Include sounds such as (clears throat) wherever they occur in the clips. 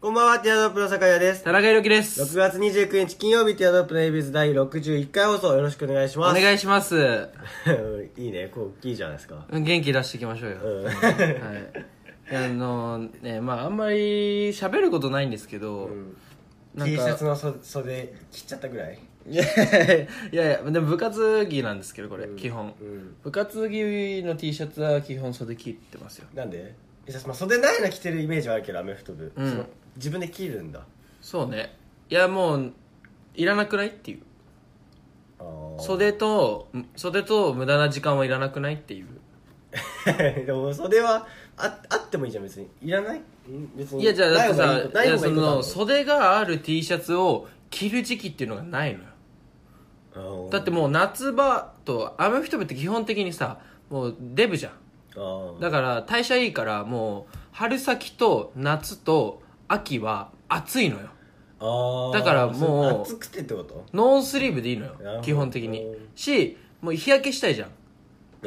こんばんは、ティアドロップの酒屋です。田中裕樹です。 6月29日金曜日、ティアドロップのエイビーズ第61回放送よろしくお願いしおます。願いします。 (laughs) いいいね、こう、いいじゃないですか。うん元気出していきましょうよ。うん。うん。はい。あのね、まああんまり喋ることないんですけど、なんか T シャツの袖袖切っちゃったぐらいいやいやいや、でも部活着なんですけど、これ、基本。うん。部活着の T シャツは基本袖切ってますよ。なんでいやまあ袖ないの着てるイメージはあるけど、アメフト部。うんその自分で切るんだ。そうね。いや、もう、いらなくないっていう。あー袖と、ん袖と無駄な時間はいらなくないっていう。 (laughs) でも袖はああってもいいじゃん別にいらないん別にいや、じゃあだっないてさ方、がいいいやことない方がいそいの、こと袖がある T シャツを着る時期っていうのがないのよ。あのだってもう夏場とアメフト部って基本的にさもうデブじゃんあーだから代謝いいからもう春先と夏と秋は暑いのよあーだからもうそれ暑くてってことノースリーブでいいのなるほよど基本的にしもう日焼けしたいじゃん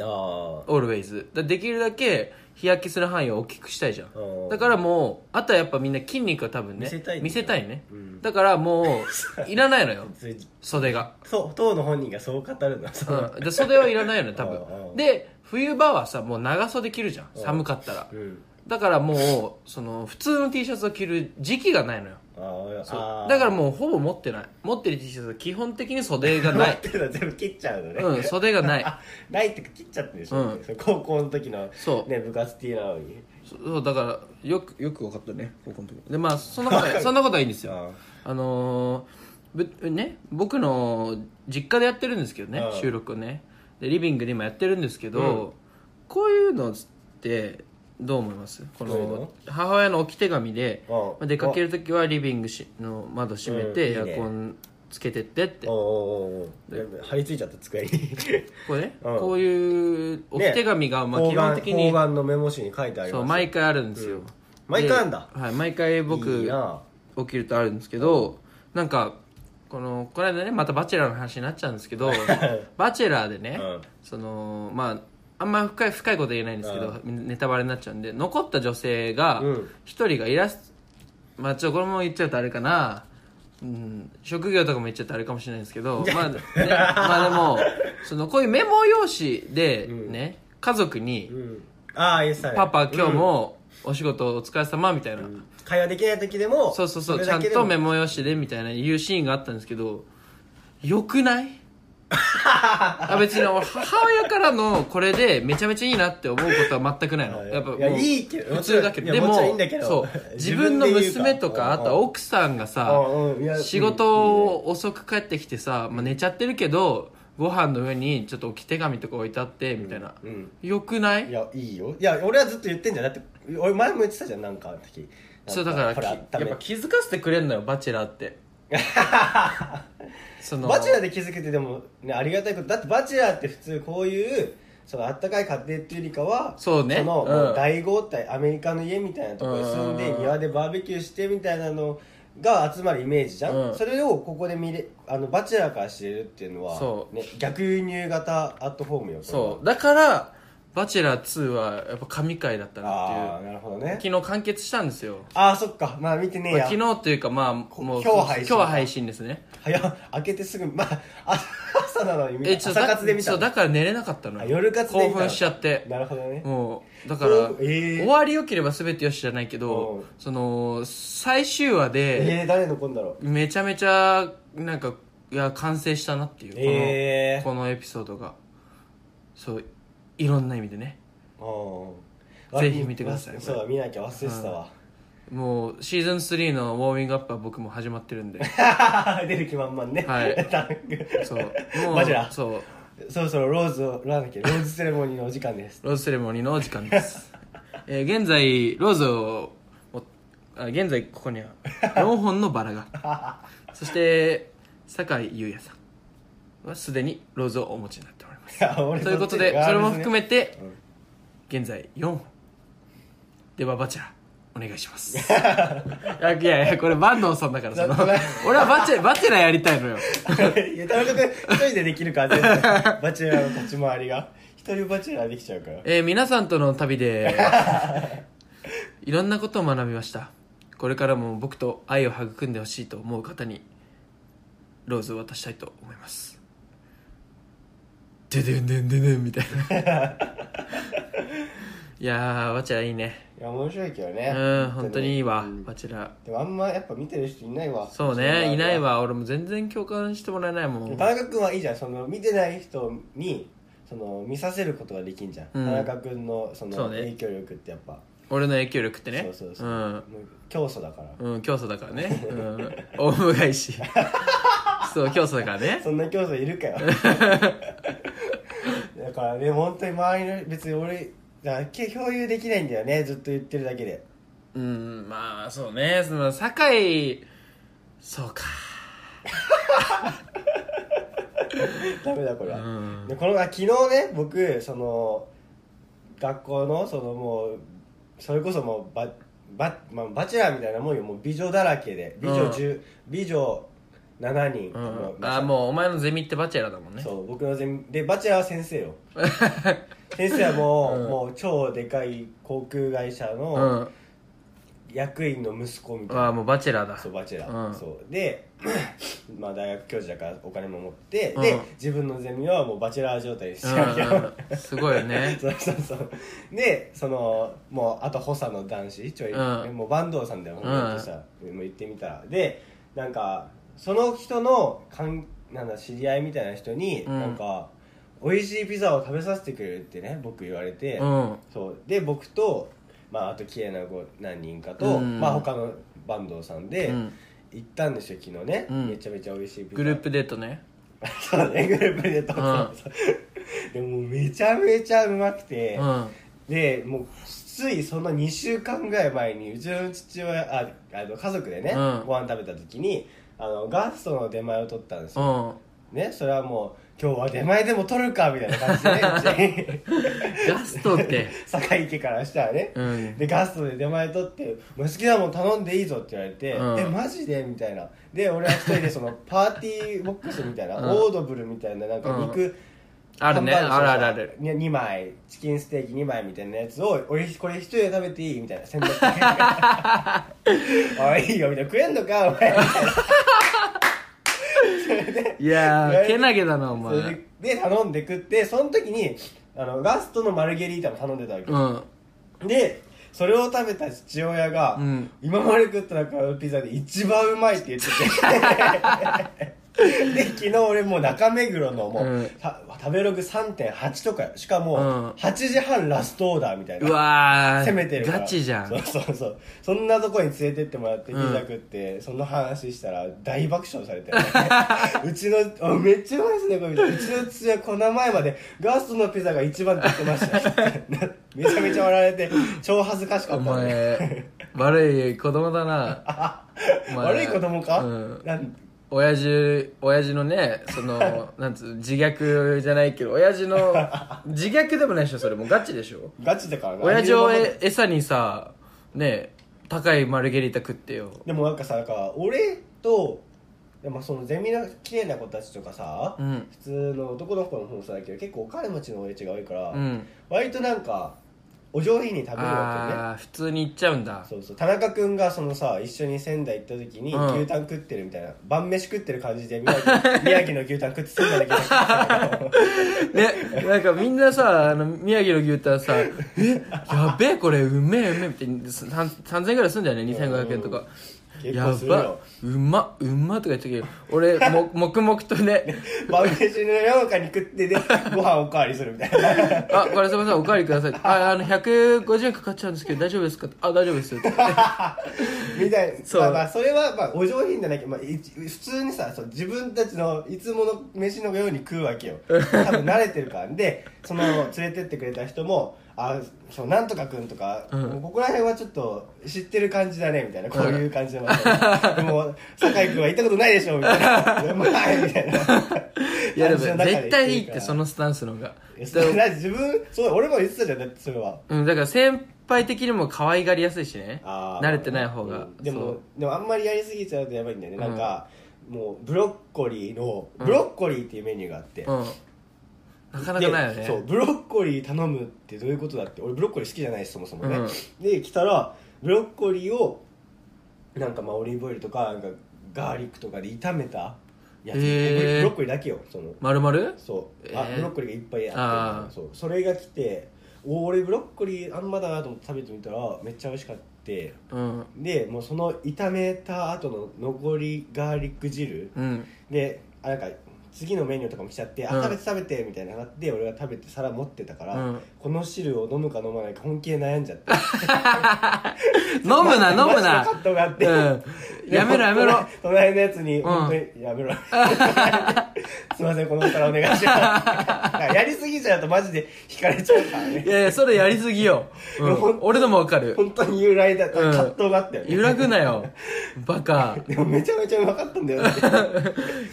あオールウェイズだできるだけ日焼けする範囲を大きくしたいじゃんあだからもうあとはやっぱみんな筋肉は多分ね見せたいんだ見せたいねうんだからも (laughs) ういらないのよそれ袖がそう当の本人がそう語るのそううん、で袖はいらないのよ多ああああ分で冬場はさもう長袖着るじゃん寒かったらうんだからもうその普通の T シャツを着る時期がないのよあーそうあーだからもうほぼ持ってない持ってる T シャツは基本的に袖が (laughs) な待いってるの全部切っちゃうのねうん袖が (laughs) ないあないってか切っちゃってるでしょうんその高校の時のそうね部活 T なのにそうだからよくよく分かったね高校の時でまあそんなことはそんなことはいいんですよああのーぶね僕の実家でやってるんですけどねああ収録をねでリビングで今やってるんですけど、こういうのってどう思いますこどういうのの母親の置き手紙であまあ出かける時はリビングしの窓閉めてエうアんいいねコンつけてってっておおうおうおうやべ張り付いちゃった机にこれねうんこういう置き手紙がまあね基本的方眼に方眼のメモ紙に書いてありますそう毎回あるんですよ毎回あんだではい毎回いい僕な起きるとあるんですけどなんかこのこの間ねまた「バチェラー」の話になっちゃうんですけど「バチェラー」でねうんそのまああんま深い深いこと言えないんですけどネタバレになっちゃうんで残った女性がうん一人がイラストまあちょこれも言っちゃうとあれかなうん職業とかも言っちゃうとあれかもしれないんですけ (laughs) どまあ、ね、まあでもそのこういうメモ用紙でね、家族にうんああいいっすね「パパ今日もお仕事お疲れ様みたいな、会話できない時でもそうそうそうれちゃだんけでともメモ用紙でみたいないうシーンがあったんですけどよくないあ別に (laughs) 俺母親からのこれでめちゃめちゃいいなって思うことは全くないのはいやっぱいやもういいけど普通だけどもちでろんいやもちろんいいもんだけどそう自自分分ので言うか娘とかあとは奥さんがさうんうんいや仕事を遅く帰ってきてさ、まあ、寝ちゃってるけどご飯の上にちょっと置き手紙とか置いてあってみたいな、うんよくないいやいいよいや俺はずっと言ってんじゃんだって俺前も言ってたじゃんなんかあの時そうだからほきらやダメっぱ気づかせてくれんのよバチェラーって (laughs) そのバチェラーで気づけてでもねありがたいことだってバチェラーって普通こういうそのあったかい家庭っていうよりかはそうねの、うんもう大豪邸アメリカの家みたいなところに住んでうん庭でバーベキューしてみたいなのが集まるイメージじゃん、うんそれをここで見れあのバチェラーから知れるっていうのはそうね、逆輸入型アットホームよそうだから「バチェラー2」はやっぱ神回だったうなああっていうなるほどね昨日完結したんですよああそっかまあ見てねえや昨日というかまあもう今日配信今日配信ですね早っ開けてすぐまああ朝なのに見たえちょ朝活で見たそうだから寝れなかったのあよ夜活で見た興奮しちゃってなるほどねもうだから、そうえー終わりよければ全てよしじゃないけうんどその最終話でえー、誰のんだろうめちゃめちゃなんかいや完成したなっていうこの,、えーこのエピソードがそういろんな意味でねうんぜひ見てくださいわそうだ見なきゃ忘れてたもうシーズン3のウォーミングアップは僕も始まってる (laughs) んでわ出る気満々ねはい (laughs) タンクそうもうマジだそうそろそろローズをなんだっけローズセレモニーのお時間ですローズセレモニーのお時間です、えー現在ローズをもあ現在こ (laughs) こには4本のバラがそして酒井優也さんはすでにローズをお持ちになっておりまいすや (laughs) 俺 (laughs) ということでそっち (laughs) それも含めめてうん現在4本ではバチェラお願いしますいやいやいやこれ万能さんだからそだのから俺はバチェバチェラやりたいのよ (laughs) いや田中君一人でできるから全 (laughs) 然バチェラーの立ち回りが一人バチェラーできちゃうからえー皆さんとの旅でいろんなことを学びましたこれからも僕と愛を育んでほしいと思う方にローズを渡したいと思いますででんでんでんでんみたいないやーバチェラいいねいや面白いけどうねん本当にいいわうんバチェラでもあんまやっぱ見てる人いないわそうねいないわ俺も全然共感してもらえないもん田中君はいいじゃんその見てない人にその見させることができんじゃん、うん田中君のそそのうね影響力ってやっぱ俺の影響力ってねそうそうそううんもう教祖だから、うん、教祖だからね。うん。オウム返し。 (laughs) そう、教祖だからね。そんな教祖いるか (laughs) よだからね本当に周りの別に俺だからけ共有できないんだよねずっと言ってるだけでうん、まあ、そうね。その、酒井、そうか。ダメだこれは、うん。でこのあ昨日ね僕その学校のそのもうそれこそもうババ,、まあ、バチェラーみたいなもんよもう美女だらけで美女10、美女7人、うあのん、まあ、もう、お前のゼミってバチェラーだもんね。そう僕の全でバチェラーは先生 (laughs) よ先生はもう,、うんもう超でかい航空会社うのん。役員の息子みたいな、あ、もうバチェラーだ。そうバチェラー、うんそうで (clears throat) まあ大学教授だからお金も持って、でうん自分のゼミはもうバチェラー状態にしうてるわけよ、ん、うん。すごいよ (laughs) ね。そうそうそうでそのもうあと補佐の男子ちょい、うんもう坂東さんだよんほんとさ、もう行ってみたらでなんかその人のかんなんだ知り合いみたいな人に、うんなんか美味しいピザを食べさせてくれるってね僕言われて、うん。そうで僕と、まあ、あと綺麗な子何人かと、うんまあ他の坂東さんで、うん行ったんですよ昨日ね、うんめちゃめちゃ美味しいピザグループデートね。 (laughs) そうねグループでと、うん (laughs) でもめちゃめちゃうまくて、うん。でもうついその2週間ぐらい前にうちの父親ああの家族でね、うんご飯食べた時にあのガストの出前を取ったんですうよ、ん。ねそれはもう今日は出前でも取るかみたいな感じで (laughs) ねうちガストって。酒井家からしたらね、うん。でガストで出前取って「もう好きなもん頼んでいいぞ」って言われて「うんえマジで?」みたいなで俺は一人でその (laughs) パーティーボックスみたいな、うんオードブルみたいななんか肉、あるね。ハンバあるあーグるある。に2枚チキンステーキ2枚みたいなやつを俺これ一人で食べていいみたいな選 (laughs) 択おいいいよみたいな食えんのかお前いやー、けなげだな、おそれ前。でで頼んで食ってその時にあのガストのマルゲリータも頼んでたわけ、うん。でそれを食べた父親が、うん今まで食った中のピザで一番うまいって言って (laughs) てで昨日俺もう中目黒のもう、うんた食べログ3.8とかよしかも、うん8時半ラストオーダーみたいなうわー。攻めてるからガチじゃんそう。そうそうそんなとこに連れてってもらってピうんザ食って、その話したら大爆笑されて、 (laughs) うちのあめっちゃうまいですねこれみたいなうちの父親この前までガストのピザが一番出てました (laughs) めちゃめちゃ笑われて超恥ずかしかおったね前悪い子供だな (laughs) お前悪い子供か、うんなん親父親父のね (laughs) そのなんつう自虐じゃないけど親父の自虐でもないでしょそれもうガチでしょガチだからな親父を言うままえ餌にさね高いマルゲリータ食ってよでもなんかさなんか俺とでもそのゼミの綺麗な子たちとかさ、うん普通の男の子の方もそうだけど結構お金持ちの親父が多いから、うん割となんかお上品に食べるわけねああー普通に行っちゃうんだそうそう田中君がそのさ一緒に仙台行った時にうん牛タン食ってるみたいな、晩飯食ってる感じで宮 (laughs) 城宮城の牛タン食って仙台の牛タン食ってたけどねなんかみんなさあの宮城の牛タンさ「えやべえこれうめえうめえ」って3000円ぐらいすんだよね2500円とか結 (laughs) や構するばようまうまとか言ったけど俺も (laughs) 黙々とね晩飯の山かに食ってでご飯おかわりするみたいなあこれすみませんおかわりくださいああの150円かかっちゃうんですけど大丈夫ですかあ大丈夫ですよ (laughs) みたいなそうまあまあそれはまあお上品じゃないけど、まあ、い普通にさそう自分たちのいつもの飯のように食うわけ (laughs) よ多分慣れてるからでその連れてってくれた人も「あそうなんとかくん」とか、うんもうここら辺はちょっと知ってる感じだね」みたいなこういう感じの、でも酒井君は行ったことないでしょ」みたいな「 (laughs) うまい」みたいな。(laughs) いやで感もじの中で絶対いいってそののスタンスの方が自分そう俺も言ってたじゃんだってそれはうんだから先輩的にも可愛がりやすいしねあー慣れてない方が、うんでそもうでもあんまりやりすぎちゃうとやばいんだよね、うんなんかもうブロッコリーのブロッコリーっていうメニューがあって、うんなかなかないよねでそうブロッコリー頼むってどういうことだって俺ブロッコリー好きじゃないしそもそもね、うんで来たらブロッコリーをなんかまあオリーブオイルとかなんかガーリックとかで炒めたやつ、へーブロッコリーだけよそのまるまるそう、えーあブロッコリーがいっぱいあっあーてそうそれが来ておー俺ブロッコリーあんまだなと思って食べてみたらめっちゃ美味しかってうんでもうその炒めた後の残りガーリック汁うんであなんか次のメニューとかも来ちゃって、うあん食べて食べてみたいななって俺が食べて皿持ってたから、うんこの汁を飲むか飲まないか本気で悩んじゃって飲むな飲マジむなの葛藤があって、うんやめろや (laughs) めろ隣隣のやつに、ん本当にやめろ (laughs) すいませんこの皿お願い (laughs) しますやりすぎちゃうとマジで引かれちゃうからねいやいやそれやりすぎよ、うんいやほん俺でもわかる本当に由来だった、うん葛藤があったよね揺らぐなよバカでもめちゃめちゃうまかったんだよだってい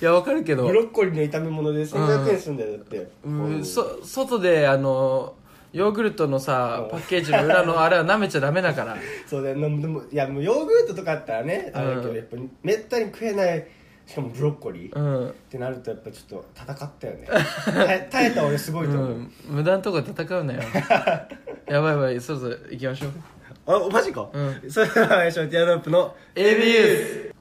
やわかるけどブロッコリーの炒め物で1500円するんだよだって、うん、そ外であのヨーグルトのさパッケージの (laughs) 裏のあれは舐めちゃダメだからそうだよでもいやもうヨーグルトとかあったらねあれだけど、うんやっぱめったに食えないしかもブロッコリー、っうん、てなるとやっぱちょっと戦ったよ (laughs) ね耐え耐えた俺すごういと思う、ん、無駄なとこで戦 (laughs) うなよやばいやばいそろそろ行きましょうあマジか、うそれではショーティアドロップの AB ユース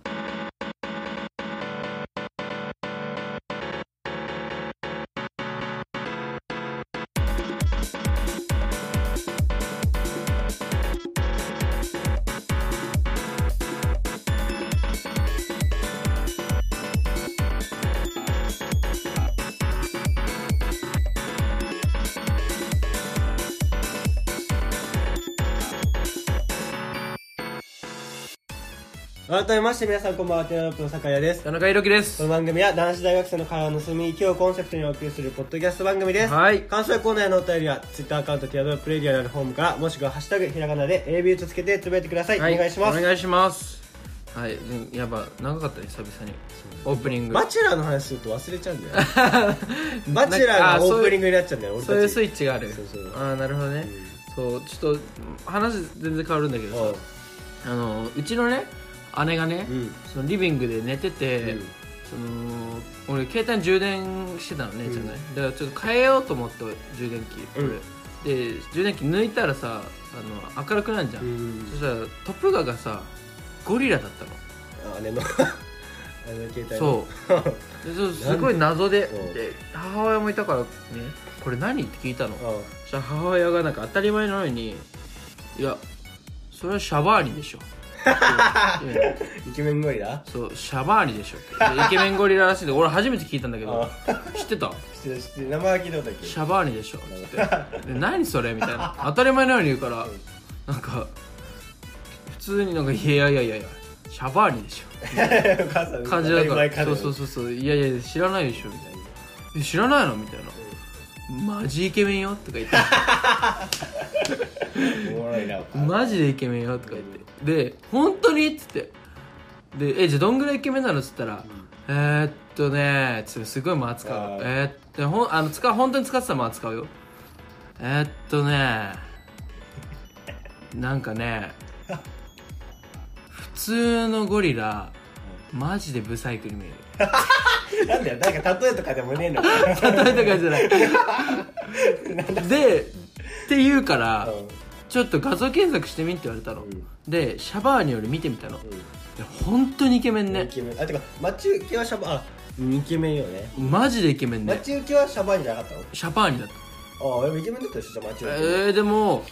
改めまして皆さんこんばんはティアドロップの酒屋です田中裕樹でこすの番組は男子大学生の会話の盗み行きをコンセプトにお送りするポッドキャスト番組ですはい感想やコーナーへのお便りは Twitter アカウントティアドロップレディオにあるフォームからもしくは「ハッシュタグひらがな」で AB とつけてつぶやいてください、お願いしますお願いしますはいうんやば長かったね久々にオープニングバチェラーの話すると忘れちゃうん (laughs) だよバチェラーがオープニングになっちゃうんだよ俺たちそういうスイッチがあるそうそうああなるほどね、そうちょっと話全然変わるんだけどさあのうちのね姉がね、うんそのリビングで寝てて、うんその俺携帯充電してたのね、じゃないだからちょっと変えようと思って充電器これ、うんで充電器抜いたらさあの明るくなるじゃん、うんそしたらトップガがさゴリラだったのあれのあ (laughs) の携帯そ (laughs) うでそうすごい謎でうんで母親もいたからねこれ何って聞いたのううんそしたら母親がなんか当たり前のように「いやそれはシャバーニ (laughs) でしょ」うんうんイケメンゴリラそうシャバーニでしょってでイケメンゴリラらしいんで俺初めて聞いたんだけどあ知ってた知ってる知ってる名前は聞いたことあ (laughs) るけシどャバーニでしょっ (laughs) てで何それみたいな当たり前のように言うからなんか普通になんか「いやいやいやいやシャバーニでしょ」お母さん感じだか当たり前らかそうそうそうそういやいや知らないでしょみたいなえ知らないのみたいなマジイケメンよと (laughs) か言っておもろいなマジでイケメンよとか言ってで本当にっつってでえじゃあどんぐらいイケメンなのっつったら、えー、っとねつってすごい間使あーうえー、っとほんあの使う本当に使ってた間使うよえー、っとねなん (laughs) かね普通のゴリラマジでブサイクに見えるなんだよなんか例えとかでもねえのか (laughs) 例えた感じじ (laughs) ゃないでって言うから、うんちょっと画像検索してみって言われたの、うんでシャバーニより見てみたの、うんで本当にイケメンイね、ケメンあてか待ち受けはシャバあイケメンよねマジでイケメンね待ち受けはシャバーニじゃなかったのシャバーニだったああでもイケメンだったでしょじゃあ待ち受けえー、でも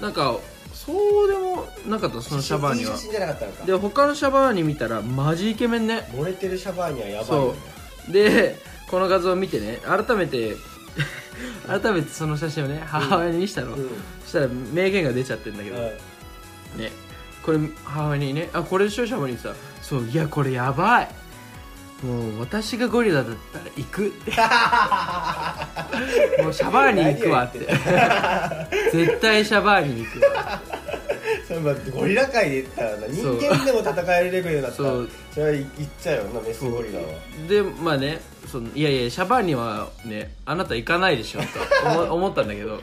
なんかそうでもなかったそのシャバーニいはい写真じゃなかったのかで他のシャバーニ見たらマジイケメンね漏れてるシャバーニはやばいよそねうでこの画像を見てね改めて (laughs) 改めてその写真をね母親に見したの、うんそしたら名言が出ちゃってるんだけど、ねこれ母親にね「あこれでしょシャバにさそういやこれやばいもう私がゴリラだったら行 (laughs) く」って「もうシャバーニ行くわ」って「絶対シャバーニ行くわそれまあゴリラ界で言ったらな人そう間でも戦えるレベルだったらそそうれは言っちゃうよなメスゴリラは」でまあねそのいやいやシャバーニはねあなた行かないでしょと (laughs) 思思ったんだけど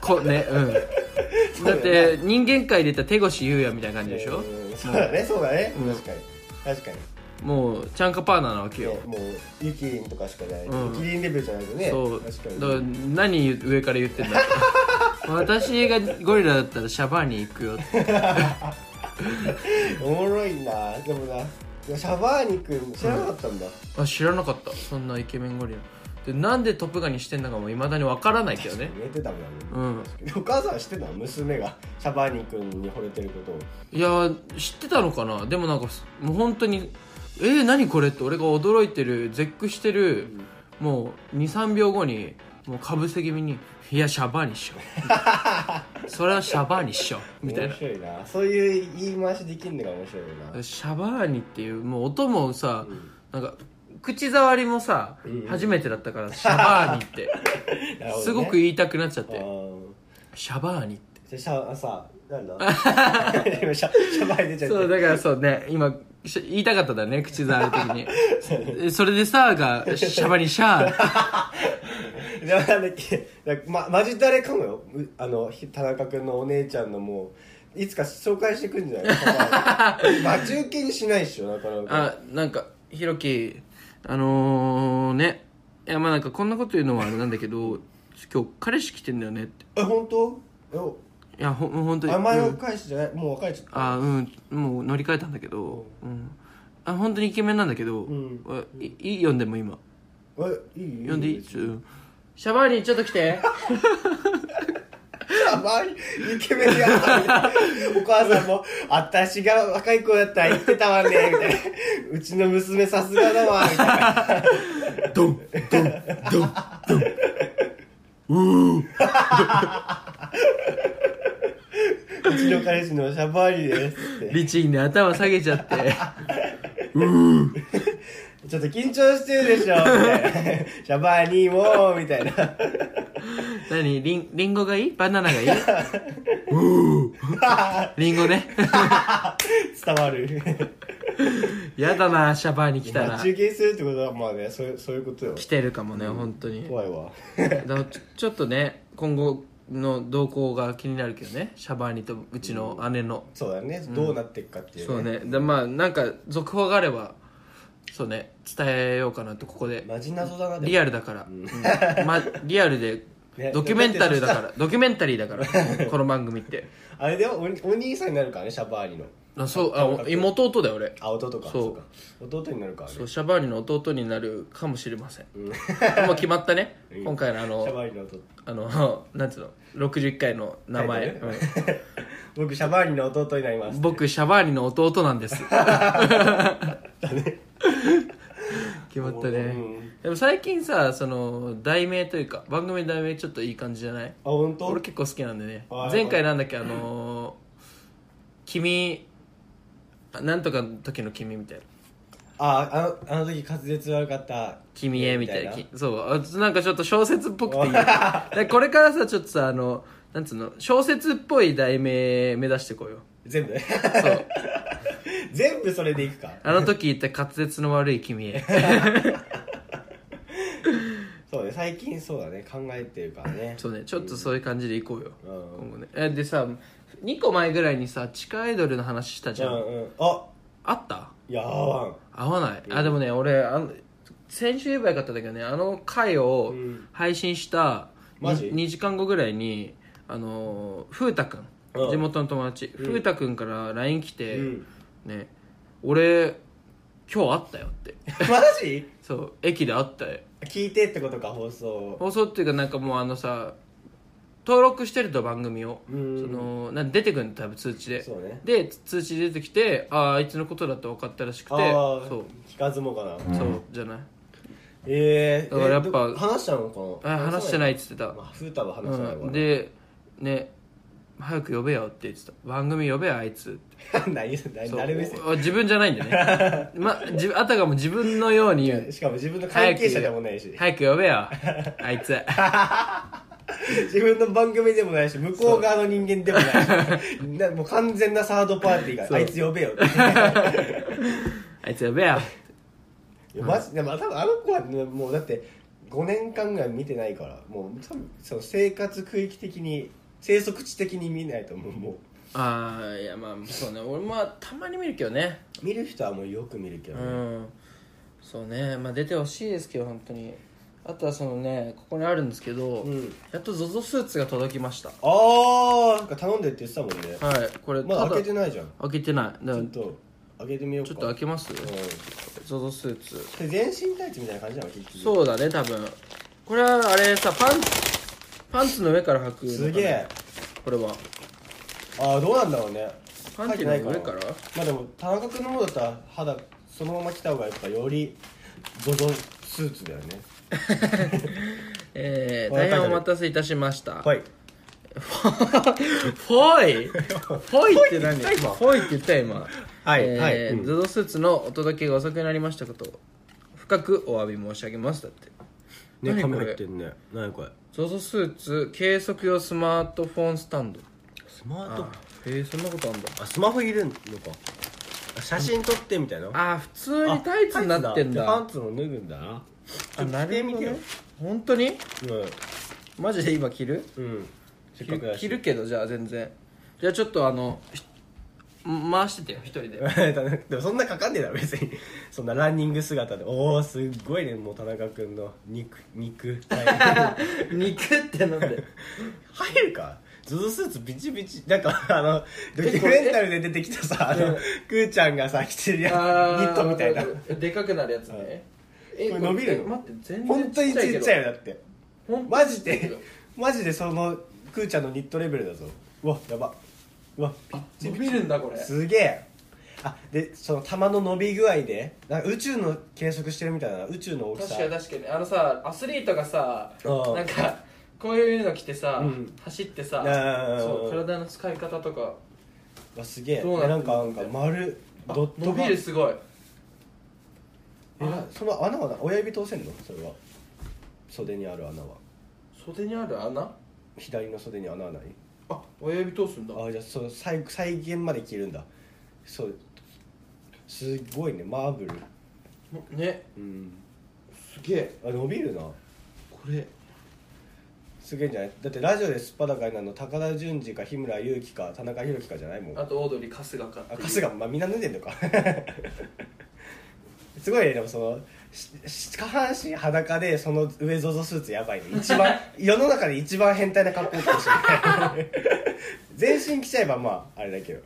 こねうんだって人間界で言ったら手越優也みたいな感じでしょうんそうだねそうだねうん確かに確かにもうチャンカパーナなわけよねもうユキリンとかしかないうんユキリンレベルじゃないとねそう確かだからに何上か (laughs) ら言ってんだ私がゴリラだったらシャバーニ行くよっておもろいなでもなシャバーニ君知らなかったんだ、あ知らなかったそんなイケメンゴリラでなんでトップガンにしてんのかもいまだにわからないけどね言えてたもんね、うんお母さんは知ってた娘がシャバーニ君に惚れてることをいやー知ってたのかなでもなんかもう本当に「えー、何これ?」って俺が驚いてる絶句してる、もう23秒後にもうかぶせ気味に「いやシャバーにしよ (laughs) う」それはシャバーにしよう」みたいな面白いなそういう言い回しできんのが面白いなシャバーニっていうもう音もさ、んなんか口触りもさ、うん初めてだったからシャバーニって (laughs) なるほどねすごく言いたくなっちゃっあてーシャバーニってじゃあシャあさなんだ今シャシャバーニ出ちゃってそうだからそうね今し言いたかったんだよね口触る (laughs) 時にえそれでさーがシャバーニシャーじゃあなんだっけだまマジ誰かもようあのひ田中君のお姉ちゃんのもういつか紹介してくんじゃないシャバーニ待ち受けにしないっしょなかなかあなんかひろきあのー、ねいやまあなんかこんなこと言うのはあれなんだけど今日彼氏来てんだよねってえ本当えおいやほんほんとに名前うをん返しじゃないもう別れちゃったあうんもう乗り換えたんだけどうんあ本当にイケメンなんだけど、んあいいい読んでも今えいい読んでいい別ちにょうんシャバーニちょっと来てあまりイケメンやったみたいなお母さんも「私が若い子だったら言ってたわね」みたいな「うちの娘さすがだわ」みたいなドンドンドン「うちの彼氏のシャバーニです」ってリチンで頭下げちゃって「ちょっと緊張してるでしょ」みたいな「シャバーニも」みたいな何リンリンゴがいいバナナがいいうーリンゴね伝わるやだなシャバーニ来たら待ち受けするってことはまあねそうそういうことよ来てるかもね、本当に怖いわだからちょちょっとね今後の動向が気になるけどねシャバーニとうちの姉の、そうだねどうなっていくかっていうそうねでまあなんか続報があればそうね伝えようかなってここでマジ謎だなでもリアルだから、うんま、リアル (laughs) でねドキュメンタルだからドキュメンタリーだから (laughs) この番組ってあれでもおお兄さんになるからねシャバーニのあそうあお妹弟だよ俺あ弟かそううか弟になるからねそうシャバーニの弟になるかもしれません、 (laughs) もう決まったね今回のあシャのバーニの弟あの (laughs) なんつうの61回の名前、タイトルうん僕シャバーニの弟になります (laughs) 僕シャバーニの弟なんです決まったねうんでも最近さその題名というか番組の題名ちょっといい感じじゃないあ本当俺結構好きなんでねあ前回なんだっけあのー君あなんとかの時の君みたいなああのあの時滑舌悪かった君へみたいなみそうあなんかちょっと小説っぽくてい (laughs) いでこれからさちょっとさあのなんつうの小説っぽい題名目指してこうよ全部そう (laughs) 全部それでいくかあの時言った滑舌の悪い君へそうね最近そうだね考えてるからねそうねちょっとそういう感じでいこうよ、うん今後ねえでさ2個前ぐらいにさ地下アイドルの話したじうゃん、んうんああったいやーわん (laughs) 合わない、あでもね俺あの先週言えばよかったんだけどねあの回をうん配信した、マジ 2, 時間後ぐらいにあの風太くんうん地元の友達風太くんから LINE 来て、うんね俺今日会ったよって (laughs) マジそう駅で会ったよ聞いてってことか放送放送っていうかなんかもうあのさ登録してると番組をうそんのなん出てくるの多分通知でそうねで通知出てきてあああいつのことだって分かったらしくてああそう聞かずもかなそうじゃないええだからやっぱえど話したのかあな話していないっつってたまあ風太は話さないわう、なん (laughs) でね早く呼べよって言ってた番組呼べよあいつって何何そう誰目線お自分じゃないんだね、 (laughs) ま、自分あたかも自分のように言うしかも自分の関早係く者でもないし早く呼べよあいつ自分の番組でもないし向こう側の人間でもない (laughs) しなもう完全なサードパーティーそがうあいつ呼べよってあいつ呼べよいやマジで、まあ、多分あの子はねもうだって5年間ぐらい見てないからもう多分その生活区域的に生息地的に見ないと思うもうああいやまあそうね俺まあたまに見るけどね見る人はもうよく見るけどうね、んそうねまあ出てほしいですけど本当にあとはそのねここにあるんですけど、うんやっと ZOZO スーツが届きましたああなんか頼んでって言ってたもんねはいこれまだ開けたてないじゃん開けてないだちょからっと開けてみようかちょっと開けますうん ZOZO スーツこれ全身タイツみたいな感じなの結局そうだね多分これはあれさパンツパンツの上から履くのかなすげえこれはああどうなんだろうねパンティの上から書いてないまあでも田中君の方だったら肌そのまま着た方がやっぱよりゾゾスーツだよねえー、わか大る変お待たせいたしましたはいフォイフォイって何フフォイって言った今ォイって言った今はいえーはいうんゾゾスーツのお届けが遅くなりましたことを深くお詫び申し上げますだってね何こ髪れ入ってんね何これゾゾスーツ計測用スマートフォンスタンドスマートあへえそんなことあんだあスマホ入れるのかあ写真撮ってみたいなあー普通にタイツになってんだパンツも脱ぐんだなあなるほど、ちょねっと、本当に着てみてよマジで今着るうん、うん、せっ着かくるだし着るけどじゃあ全然じゃあちょっとあのひ回しててよ一人 (laughs) ででもそんなかかんねえだろ別にそんなランニング姿でおおすっごいねもう田中君の肉肉 (laughs) 入肉ってなんでるかズズスーツビチビチなんかあのドキ結構ュメンタルで出てきたさあのうんくーちゃんがさ着てるや (laughs) つニあッートみたいなわかるでかくなるやつねえこれ伸びるえ待って全然本当にちっちゃいよだってほんとマジでマジでそのくーちゃんのニットレベルだぞうわやばうわピッチ伸ピチびるんだこれすげえあでその玉の伸び具合でなんか宇宙の計測してるみたいだな宇宙の大き確さかに確かにあのさアスリートがさうんなんかこういうの着てさ、うん走ってさうんそう体の使い方とかわすげえどうえななっんてんのかなんか丸あドット伸びるすごいえなその穴はな親指通せんのそれは袖にある穴は袖にある穴左の袖に穴はないあ親指通すんだあじゃあそう再再現まで着るんだそうすごいねマーブルねうんすげえあ伸びるなこれすげえんじゃないだってラジオで素っ裸になるの高田純次か日村勇紀か田中裕樹かじゃないもんあとオードリー春日かっあていう春日まあみんな脱いでんのかすごいねでもそのしし下半身裸でその上ゾゾスーツやばいね一 (laughs) 番世の中で一番変態な格好かもしれない全身着ちゃえばまああれだけど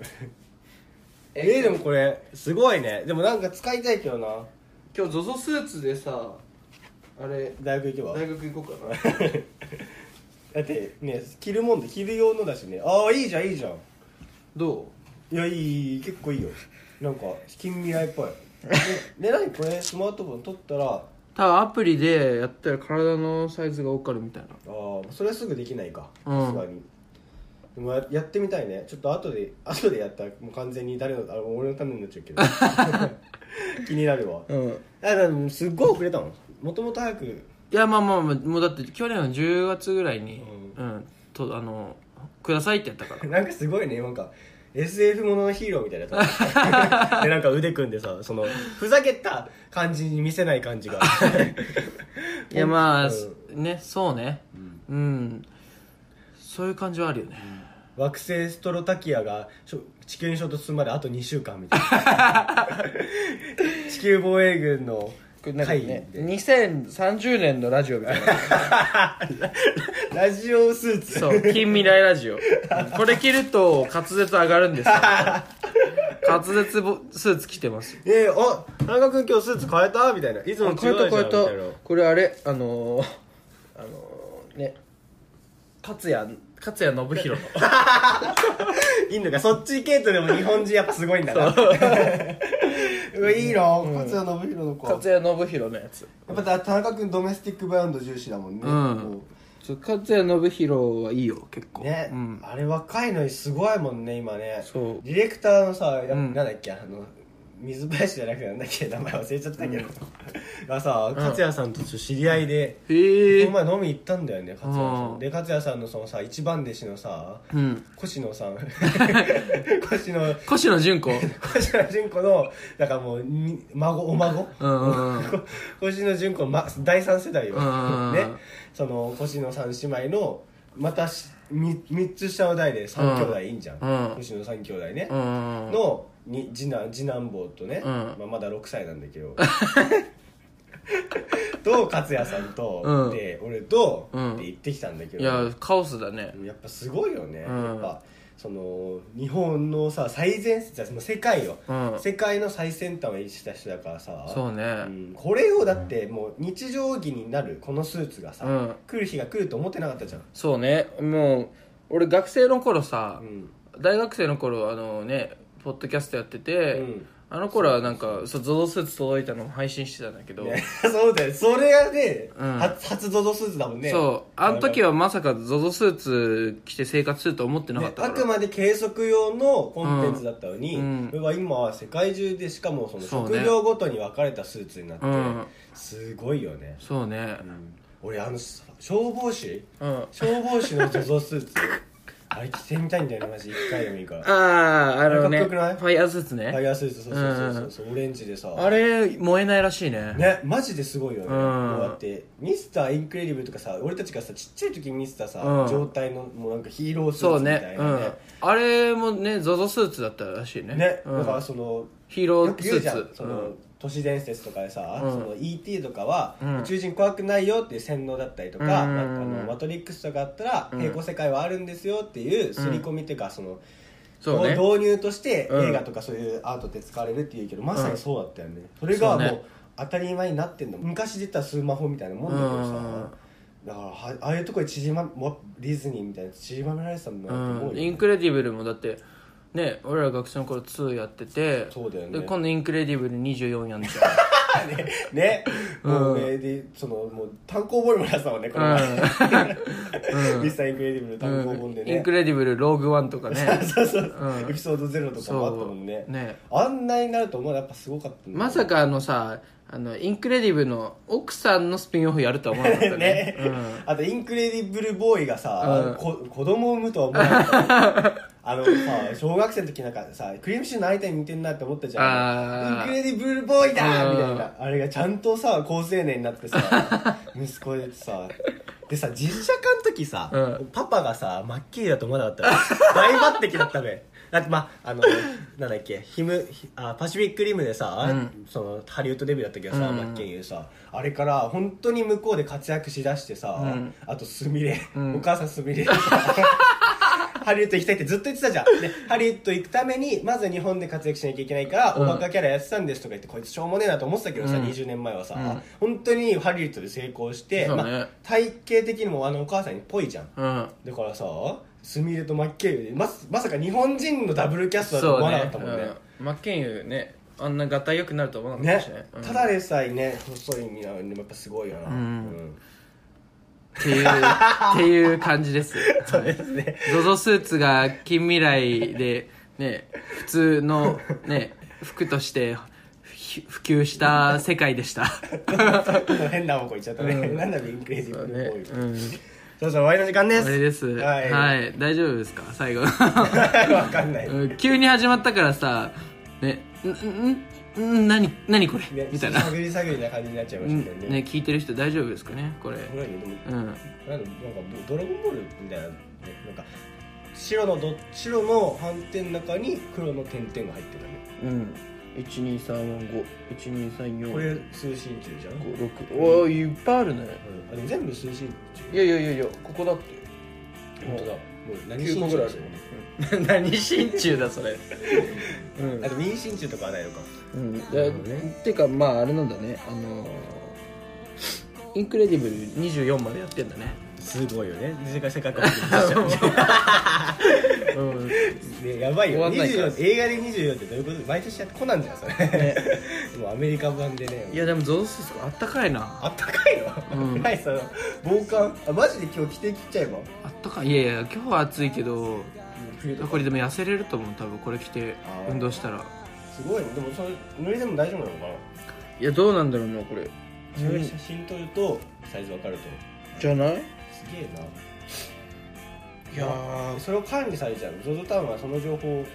えーでもこれすごいねでもなんか使いたいけどな今日 ZOZO スーツでさあれ大学行けば大学行こ (laughs) うかなだってね着るもんで着る用のだしねああいいじゃんいいじゃんどいやいいいい結構いいよなんか近未来っぽいでで何これスマートフォン取ったらう多分アプリでやったら体のサイズが分かるみたいなああそれはすぐできないかうんさすがにでもややってみたいねちょっと後で後でやったらもう完全に誰のあ俺のためになっちゃうけ (laughs) ど気になるわうんあでもすっごい遅れたもんもともと早くいやまあまあまあもうだって去年の10月ぐらいにううん、とあのくださいってやったか (laughs) らなんかすごいねなんか SF もののヒーローみたいなやつ (laughs) でなんか腕組んでさそのふざけた感じに見せない感じ (laughs) がいやまあ、うんねそうねうん、そういう感じはあるよね、惑星ストロタキアがしょ地球に衝突するまであと2週間みたいな (laughs) 地球防衛軍のこれなんか会議ねで、 2030年のラジオみたいなラジオスーツそう近未来ラジオこれ着ると滑舌上がるんですよ滑舌ボスーツ着てますえー、あ田中君今日スーツ変えたみたいないつもあ違うじ変ゃえんた変えみたたいなこれあれあのー、あのー、ね勝谷勝谷信弘のいいのかそっち系統でも日本人やっぱすごいんだな (laughs) うわいいな勝谷信弘の子や勝谷信弘のやつっぱ田中君ドメスティックブランド重視だもんねうんもそう勝谷信弘はいいよ結構ね、うん、あれ若いのにすごいもんね今ねそうディレクターのさ、やうんなんだっけあの水林じゃなくてなんだっけ名前忘れちゃったけど、 (laughs) がさ勝也さんとちょっと知り合いで、へえこの前飲み行ったんだよね勝也さん、うんで勝也さんのそのさ一番弟子のさうん越野 (laughs) さん越野越野純子越野純子のだからもうに孫お孫うんうんうん (laughs) 越野純子の、ま、第三世代よ、うんねその越野三姉妹のまたしみ三つ下の代で三兄弟いいんじゃん、うん星野三兄弟ね、うんのに次男次男坊とね、うん (laughs) まあ、まだ6歳なんだけどと勝也さんうとんで俺とうんって行ってきたんだけ (laughs) いどやカオスだねやっぱすごいよねうんやっぱその日本のさ最前線じゃあその世界をうん世界の最先端を演じた人だからさそううねんこれをだってもう日常着になるこのスーツがさ、うん来る日が来ると思ってなかったじゃん、そうねもう俺学生の頃さうん大学生の頃あのねポッドキャストやってて、うんあの頃はなんかそうゾゾスーツ届いたのも配信してたんだけど、いや (laughs) そうだよそれがね、うん初初ゾゾスーツだもんねそうあの時はまさかゾゾスーツ着て生活すると思ってなかねったかあら、くまで計測用のコンテンツだったのに、うんそれが今は世界中でしかもそのそうね職業ごとに分かれたスーツになって、うんすごいよね、そうね俺あのさ消防士うんあ消防士のゾゾスーツ (laughs) あれ着てみたいんだよねマジ1回でもいいからフああのねかフっこよくないァイヤースーツね、ァイヤースーツそうそうそうそうそうオレンジでさあれ燃えないらしいねねマジですごいよね、んもうだってミスターインクレディブルとかさ俺たちがさちっちゃい時に見てたさ、うん状態のもうなんかヒーロースーそうツみたねいなうねんあれもねゾゾスーツだったらしいねね、うんだからそのヒーロよーくス言うじゃんーツその、うん都市伝説とかでさ、うんその ET とかは、うん宇宙人怖くないよっていう洗脳だったりとか、うんなんかあのマトリックスとかあったら、うん平行世界はあるんですよっていう刷り込みっていうかその、そうね導入としてうん映画とかそういうアートで使われるっていうけど、まさにそうだったよねそれがもそううね当たり前になってんの昔で言ったらスマホみたいなもんだけどさだからはああいうとこで縮まもディズニーみたいな縮まめられてたんだなって思う、うんよイねンクレディブルもだってね俺ら学生の頃2やっててそうだよねで今度インクレディブル24やんじねうんもうねでそのもう単行本もらったもんねこゃの前、 (laughs) ん、ミスターインクレディブルの (laughs) 単行う本んでインね、クレディブルローグワンとかねそうそう、うんエピソードゼロとかもあったもんねそうねあんなになると思うやっぱすごかったまさかかあのさあのインクレディブルの奥さんのスピンオフやるとは思わなかったね (laughs) ね、うんあとインクレディブルボーイがうさん、こ子供を産むとは思わ (laughs) なかったあのさ小学生の時なんかさクリームシチューの相手に似てんなって思ったじゃんインあークレディブルボーイだーうんみたいなあれがちゃんとさ高青年になってさ (laughs) 息子でさでさ実写化の時さ、うんパパがさマッキリだと思わなかったの大抜擢だったべだってまああのなんだっけヒムヒあパシフィックリムでさ、うんそのハリウッドデビューだったけどさ、うんマッキリさあれから本当に向こうで活躍しだしてさ、うんあとすみれ、うんお母さんすみれハリウッド行きたいってずっと言ってた (laughs) じゃんでハリウッド行くためにまず日本で活躍しなきゃいけないから、うんおバカキャラやってたんですとか言ってこいつしょうもねえなと思ってたけどさ、うん20年前はさ、うん本当にハリウッドで成功して、そうねまあ、体型的にもあのお母さんにっぽいじゃんうんだからさすみれとマッケイユでままさか日本人のダブルキャストだと思わなかったもんねうんマッケンユーねあんながたいよくなるとは思わなかねったしねうんただでさえね細い身なのにやっぱすごいよな、うんんっていうっていう感じです (laughs) そうですねゾゾスーツが近未来でね普通のね服としてひ普及した世界でした変な方向行っちゃったね、うんなんだインクレディそブうルねボーイうそんろそろ終わりの時間であれすですは、はいい大丈夫ですか最 (laughs) 後わかんない、うん急に始まったからさねんんん何何これねみたいな探り探りな感じになっちゃいまうしんたけどねね聞いてる人大丈夫ですかねこれほらでもうんなんかなんかドラゴンボールみたいな、ね、なんか白のど白の斑点の中に黒の点々が入ってたねうん123451234これ通信中じゃん、うん、 56おおいっぱいあるねあでも全部通信中いやいやいやいやここだって本当だもう何9信個ぐ中らいだある (laughs) 何真鍮だそれうんあと民進中とかはないのかうん、なるほどねてかまああれなんだねあのーインクレディブル24までやってんだねすごいよ (laughs) ね世界世界観でうんやばいよ終わんないから24映画で24ってどういうこと毎年やってこなんじゃんそれ (laughs) もうアメリカ版でねいやでもゾウスーツあったかいなあったかいの、うんないその防寒あマジで今日着てきちゃえばあったかいいやいや今日は暑いけどこれでも痩せれると思う多分これ着てあー運動したらすごいねでもそれ塗りでも大丈夫なのかないやどうなんだろうなこれそれ写真撮るとサイズ分かるとじゃなすいげえないやーそれを管理されちゃう ZOZO タウンはその情報をっ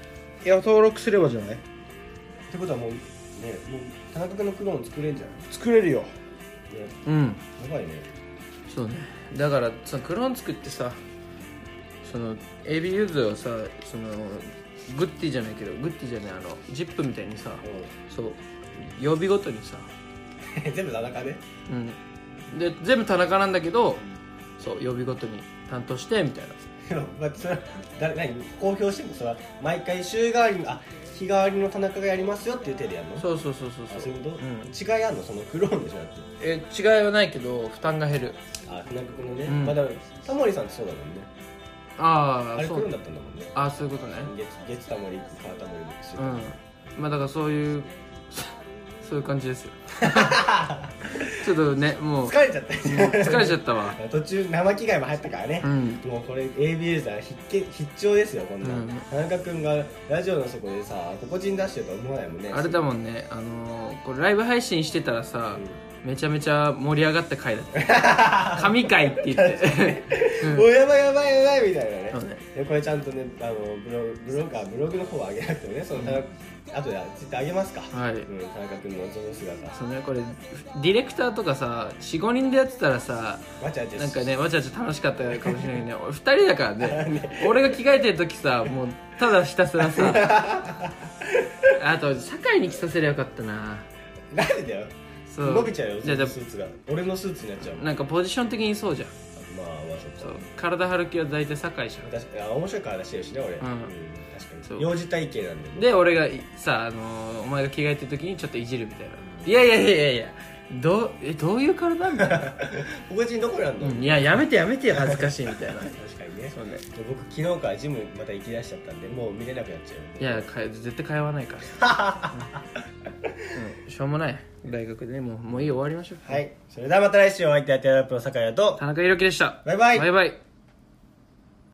いや登録すればじゃないてことはもうねもう田中君のクローン作れんじゃん作れるよねうんやばいねそうねだからそのクローン作ってさその AB ユーズをさそのグッティじゃないけどグッティじゃないあのジップみたいにさうんそう曜日ごとにさ (laughs) 全部田中でうんで全部田中なんだけどそう曜日ごとに担当してみたいな (laughs) でもまあそれは誰何公表してもそれは毎回週替わりにあ日替わりの田中がやりますよっていう手でやるのそうそうそうそうあそそうういうこと、ん違いあんのそのクローンでしょだってえ違いはないけど負担が減るあ船くんのね、うんまあでもタモリさんってそうだもんねあああれクそローンうだったんだもんねああそういうことね月月タモリ川タモリミックスうんまあだからそういうそういう感じですよ (laughs) ちょっとねもう疲れちゃった疲れちゃったわ途中生着替えも入ったからねう、んもうこれ AB ユーザー必見必聴ですよこんな、うんん、田中君がラジオの底でさ心地に出してるとは思わないもんねあれだもんねあのーこれライブ配信してたらさ、めちゃめちゃ盛り上がった回 (laughs) だった神回って言って、うんもうやばいやばいやばいみたいなねそうねでこれちゃんとねあのブログブログかブログの方は上げなくてもねその田中、あとでツイッター上げますか、はいうん、田中君のその姿そうねこれディレクターとかさ45人でやってたらさわちゃわちゃなんかねわちゃわちゃ楽しかったかもしれないけどね2 (laughs) 人だからね俺が着替えてる時さもうただひたすらさ (laughs) あと酒井に着させりゃよかったななんでだよそう伸びちゃうよじゃあじゃスーツが俺のスーツになっちゃうあもんなんかポジション的にそうじゃんまあまあそっそうか体張る気は大体酒井じゃん確かにあ面白いから出してるしね俺、うん確かそうに幼児体型なんで (laughs) ねで俺がいさ、あのーお前が着替えてる時にちょっといじるみたいないやいやいやいやいやどうえどうい (laughs) う体みたいな、心地にどこなんうの、んいややめてやめてよ恥ずかしいみたいな確かにねそうね僕昨日からジムまた行き出しちゃったんでもう見れなくなっちゃいやか絶対通わないから、 (laughs) うんうんしょうもない大学でねもうもういいよ終わりましょううはいそれではまた来週お相手はテアラップの酒屋と田中裕樹でしたバイバイバイバイ